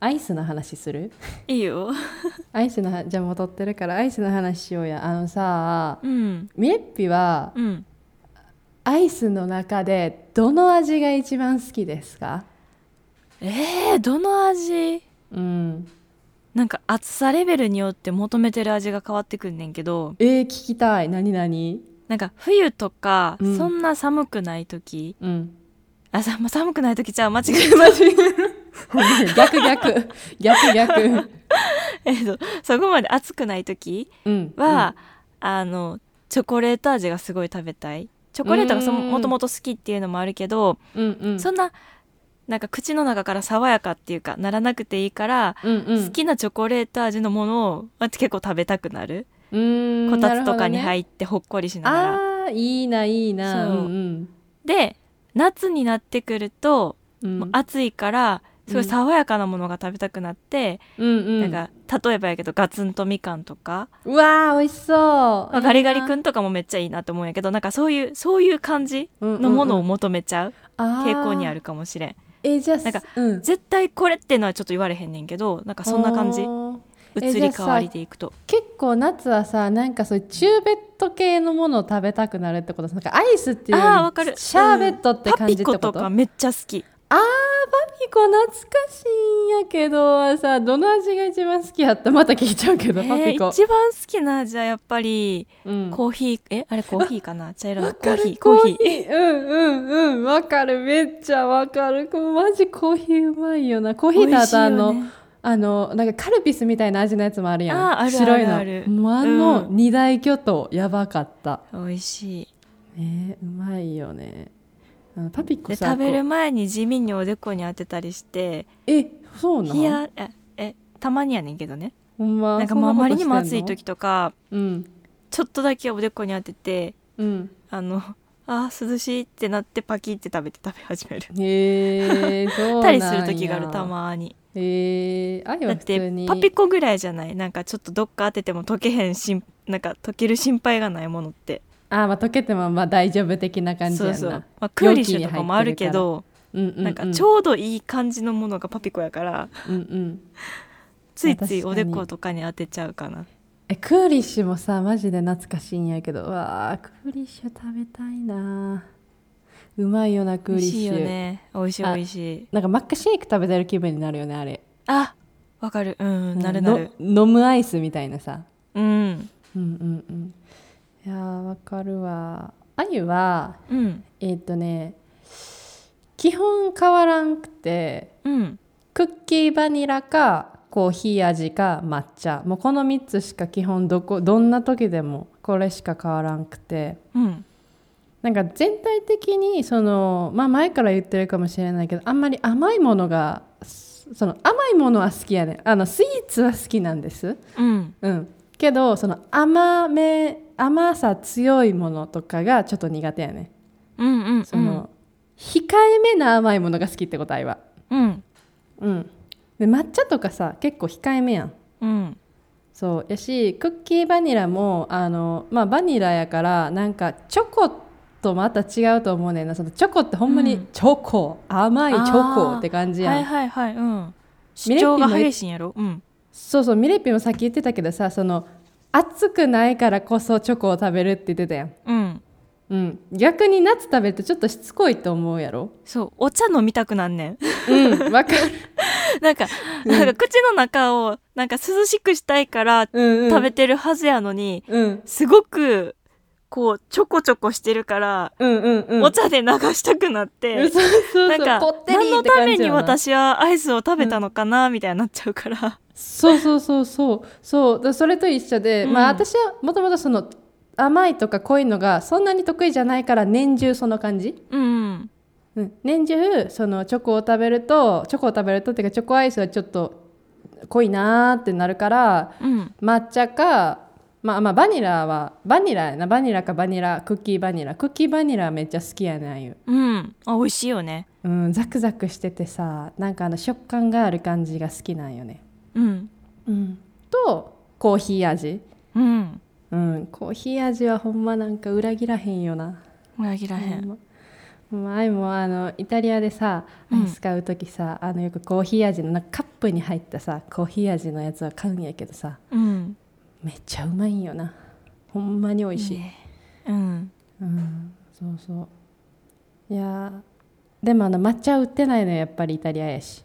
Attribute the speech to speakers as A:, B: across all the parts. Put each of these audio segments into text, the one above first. A: アイスの話する
B: いいよ
A: アイスの話じゃあ戻ってるからアイスの話しようやあのさ
B: うん
A: ミレッピは
B: うん
A: アイスの中でどの味が一番好きですか
B: えー、どの味
A: うん
B: なんか厚さレベルによって求めてる味が変わってくんねんけど
A: えー、聞きたい何何
B: なんか冬とか、
A: うん
B: そんな寒くない時
A: うん
B: あさ、ま、寒くない時ちゃう間違えた
A: 逆逆逆逆
B: えっとそこまで暑くない時
A: うん
B: は、あのチョコレート味がすごい食べたいチョコレートがそう
A: ーん
B: もともと好きっていうのもあるけど、
A: うんうん
B: そんななんか口の中から爽やかっていうかならなくていいから、
A: うんうん
B: 好きなチョコレート味のものを私結構食べたくなる、
A: うーん
B: こたつとかに
A: なる
B: 入ってほっこりし
A: ほど
B: ながら。
A: ね、あーいいないいな
B: そう
A: うん
B: で夏になってくると、
A: うん
B: もう暑いからすごい爽やかなものが食べたくなって、
A: うんうん
B: なんか例えばやけどガツンとみかんとか、
A: うわー美味しそう
B: まあガリガリ
A: いい
B: 君とかもめっちゃいいなと思うんやけどなんかそういうそういう感じのものを求めちゃう
A: な
B: 傾向にあ
A: る
B: るかもしれん
A: えじゃあ
B: なんか
A: うん
B: 絶対これってのはちょっと言われへんねんけどなんかそんな感じ
A: あーえ
B: 移り変わりでいくと
A: 結構夏はさなんかそういうチューベット系のものを食べたくなるってことなんかアイスっていうより
B: あーわかる
A: シャーベットって
B: パ
A: 感じっ
B: ピ
A: てこ
B: コ
A: と,、
B: とかめっちゃ好き
A: あーパピコ懐かしいんやけどさどの味が一番好きやったまた聞いちゃうけ
B: え
A: ど、パ
B: ー
A: ピコ、
B: 一番好きな味はやっぱり
A: うん、
B: コーヒーえあれコーヒーかな茶色のコーヒー
A: コ
B: コ
A: ーヒ
B: ーヒ
A: ー
B: ー
A: うんうんうんわかるめっちゃわかるこれマジコーヒーうまいよなコーヒーとあとあの、
B: 美味しいよね
A: あのなんかカルピスみたいな味のやつもあるやん
B: あーある
A: 白いの
B: あるある
A: もうあの
B: う
A: 二大巨頭、やばかった
B: 美味しい
A: ねえうまいよねあのパピコ
B: で
A: さ
B: 食べる
A: こ
B: 前に地味におでこに当てたりして
A: うえそうな
B: 冷
A: の
B: やええたまにやねんけどね
A: ほんま
B: なんか
A: そ
B: もうあ
A: こと
B: まりにも
A: し
B: 暑
A: てん
B: い
A: の
B: 時とか
A: うん
B: ちょっとだけおでこに当てて
A: うん
B: あのあー涼しいってなってパキって食べて食べ始める
A: へえそう
B: た
A: なん
B: り
A: や
B: する時があるたまに
A: へえあよ
B: だっ
A: 普通
B: て
A: に
B: パピコぐらいじゃないなんかちょっとどっか当てても溶けへんしんなんか溶ける心配がないものって
A: あーまあ溶けてもまあ大丈夫的な感じやんな
B: そうそう、まあ、クーリッシュとかもあるけど
A: うんうんうん、
B: なんかちょうどいい感じのものがパピコやから
A: うんうん
B: ついつい
A: まあ確か
B: おで
A: に
B: ことかに当てちゃうかな
A: えクーリッシュもさマジで懐かしいんやけどわあクーリッシュ食べたいなうまいよなク
B: 美
A: ーリッ
B: 味
A: シュ
B: しいよね美味しい美
A: あ
B: 味しい
A: なんかマックシェイク食べてる気分になるよねあれ
B: あわかるうん、なるなる
A: の飲むアイスみたいなさ
B: うん
A: うんうんうんいやーわかるわあゆは
B: うん
A: えーっとね基本変わらんくて
B: うん
A: クッキーバニラかコーヒー味か抹茶もうこの3つしか基本どこどんな時でもこれしか変わらんくて
B: うん
A: なんか全体的にその、まあ、前から言ってるかもしれないけどあんまり甘いものがその甘いものは好きやねんあのスイーツは好きなんです、
B: うん
A: うん、けどその甘め甘さ強いものとかがちょっと苦手やね
B: うんうんうん
A: んその、控えめな甘いものが好きってことあいは、
B: うん
A: うん、で抹茶とかさ結構控えめやん
B: うん
A: そうやしクッキーバニラもあの、まあ、バニラやからなんかチョコとまた違うと思うねんなそのチョコってほんま
B: う
A: に
B: ん
A: チョコ、甘いチョコって感じやん、
B: はいはいはいうん
A: ミ
B: 主
A: レッピも
B: 張が激しいんやろうん
A: そうそうミレピもさっき言ってたけどさその暑くないからこそチョコを食べるって言ってたやん、
B: うん
A: うん、逆に夏食べるとちょっとしつこいと思うやろ
B: そうお茶飲みたくなんねん
A: うんわかる、
B: なんかなんか口の中をなんか涼しくしたいから
A: うんうん、
B: 食べてるはずやのに、
A: うん
B: すごくこうちょこちょこしてるから、
A: うんうんうん
B: お茶で流したくなっ
A: うん
B: て、
A: そうそうそう
B: なんか
A: ぽってり
B: 何の
A: って
B: た
A: 感
B: め
A: じ
B: に
A: やな
B: 私はアイスを食べたのかな、みたいになっちゃうから
A: そうそうそうそうそうだそれと一緒で、
B: うん
A: まあ私はもともとその甘いとか濃いのがそんなに得意じゃないから年中その感じ、
B: うん
A: うん、年中そのチョコを食べるとチョコを食べるとっていうかチョコアイスはちょっと濃いなーってなるから
B: うん
A: 抹茶かまあまあバニラはバニラやなバニラかバニラクッキーバニラクッキーバニラはめっちゃ好きやねんああいう、
B: うんあ美味しいよね
A: うん、ザクザクしててさなんかあの食感がある感じが好きなんよね、
B: うん
A: うん、とコーヒー味
B: うん
A: うん、コーヒー味はほんまなんか裏切らへんよな。
B: 裏切らへん
A: ほんまもうあいもあのイタリアでさア
B: うん
A: イス買う時さ、あのよくコーヒー味のなんかカップに入ったさコーヒー味のやつは買うんやけどさ
B: うん
A: めっちゃうまいんよなほんまに美味しい、
B: ねうん
A: うんそうそういやーでもあの抹茶売ってないのよやっぱりイタリアやし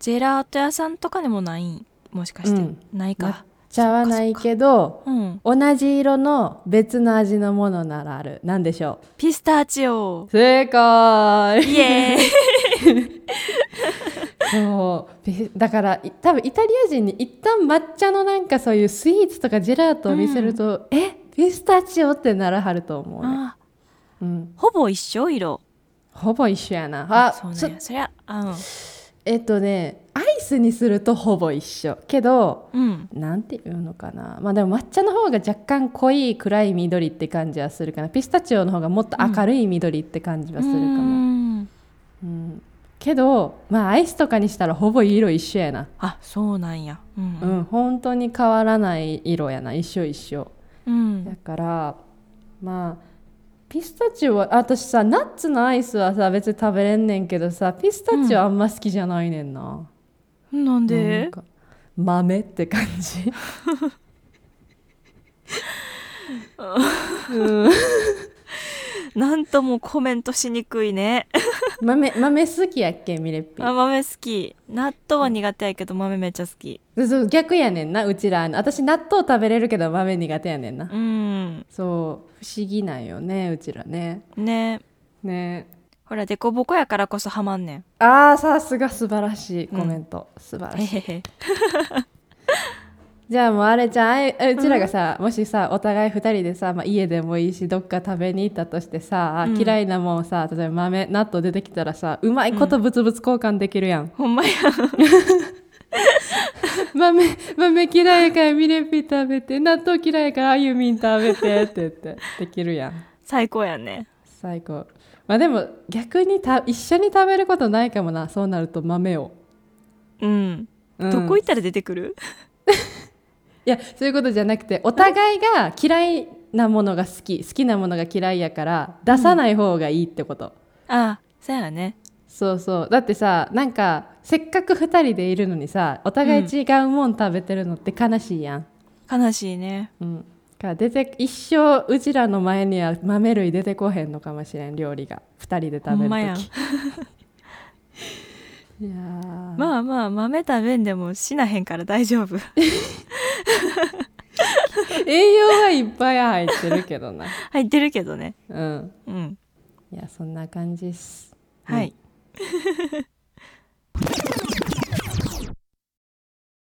B: ジェラート屋さんとかでもないんもしかして、
A: うん
B: ないか
A: 茶はないけど
B: うん
A: 同じ色の別の味のものならある何でしょ
B: ピスタチオ
A: う 正解
B: イエーイ
A: そうピだからい多分イタリア人に一旦抹茶のなんかそういうスイーツとかジェラートを見せると、えピスタチオってならはると思うね、
B: あ
A: うん、
B: ほぼ一緒色
A: ほぼ一緒やなあ
B: そう
A: ち
B: な
A: ょ
B: んやそりゃあ
A: えっとねアイスにするとほぼ一緒けど
B: うん、うん、
A: なんていうのかなまあでも抹茶の方が若干濃い暗い緑って感じはするかなピスタチオの方がもっと明るい緑って感じはするか
B: う
A: も、
B: ん
A: うんけどまあアイスとかにしたらほぼ色一緒やな
B: あそうなんやうん
A: うん、本当に変わらない色やな一緒一緒
B: うん
A: だからまあピスタチオはあ私さナッツのアイスはさ別に食べれんねんけどさピスタチオあんま好きじゃないねんな、
B: なん
A: なん
B: で
A: か豆って感 じうん
B: なんともコメントしにくいね
A: 豆豆好きやっけミレッピ
B: あ豆好き納豆は苦手やけど豆めっちゃ好き
A: そう逆やねんなうちらあの私納豆食べれるけど豆苦手やねんな、
B: うん
A: そう不思議なんよねうちらね
B: ね
A: ね
B: ほらデコボコやからこそハマんねん
A: ああさすが素晴らしいコメント、素晴ら
B: へ
A: しい
B: へへ
A: じゃあもうあれちゃんあいあうちらがさ、もしさお互い2人でさ、まあ、家でもいいしどっか食べに行ったとしてさ、
B: うん
A: 嫌いなもんさ例えば豆納豆出てきたらさうまいことブツブツ交換できるやん、
B: ほんまや
A: 豆豆嫌いやからミレピ食べて納豆嫌いやからあゆみん食べてって言ってできるやん
B: 最高やね
A: 最高まあでも逆にた一緒に食べることないかもなそうなると豆を、
B: うん、
A: うん
B: どこ行ったら出てくる
A: いやそういうことじゃなくてお互いが嫌いなものが好き好きなものが嫌いやから出さない方がいいってこと、
B: あそうやね
A: そうそうだってさなんかせっかく2人でいるのにさお互い違うもん食べてるのって悲しいやん、
B: 悲しいね
A: うんだから出て一生うちらの前には豆類出てこへんのかもしれん料理が2人で
B: ほ
A: 食べ
B: ん
A: る
B: まやん
A: ときいやー
B: まあまあ豆食べんでも死なへんから大丈夫
A: 栄養はいっぱい入ってるけどな
B: 入ってるけどね
A: うん
B: うん
A: いやそんな感じっす
B: はい、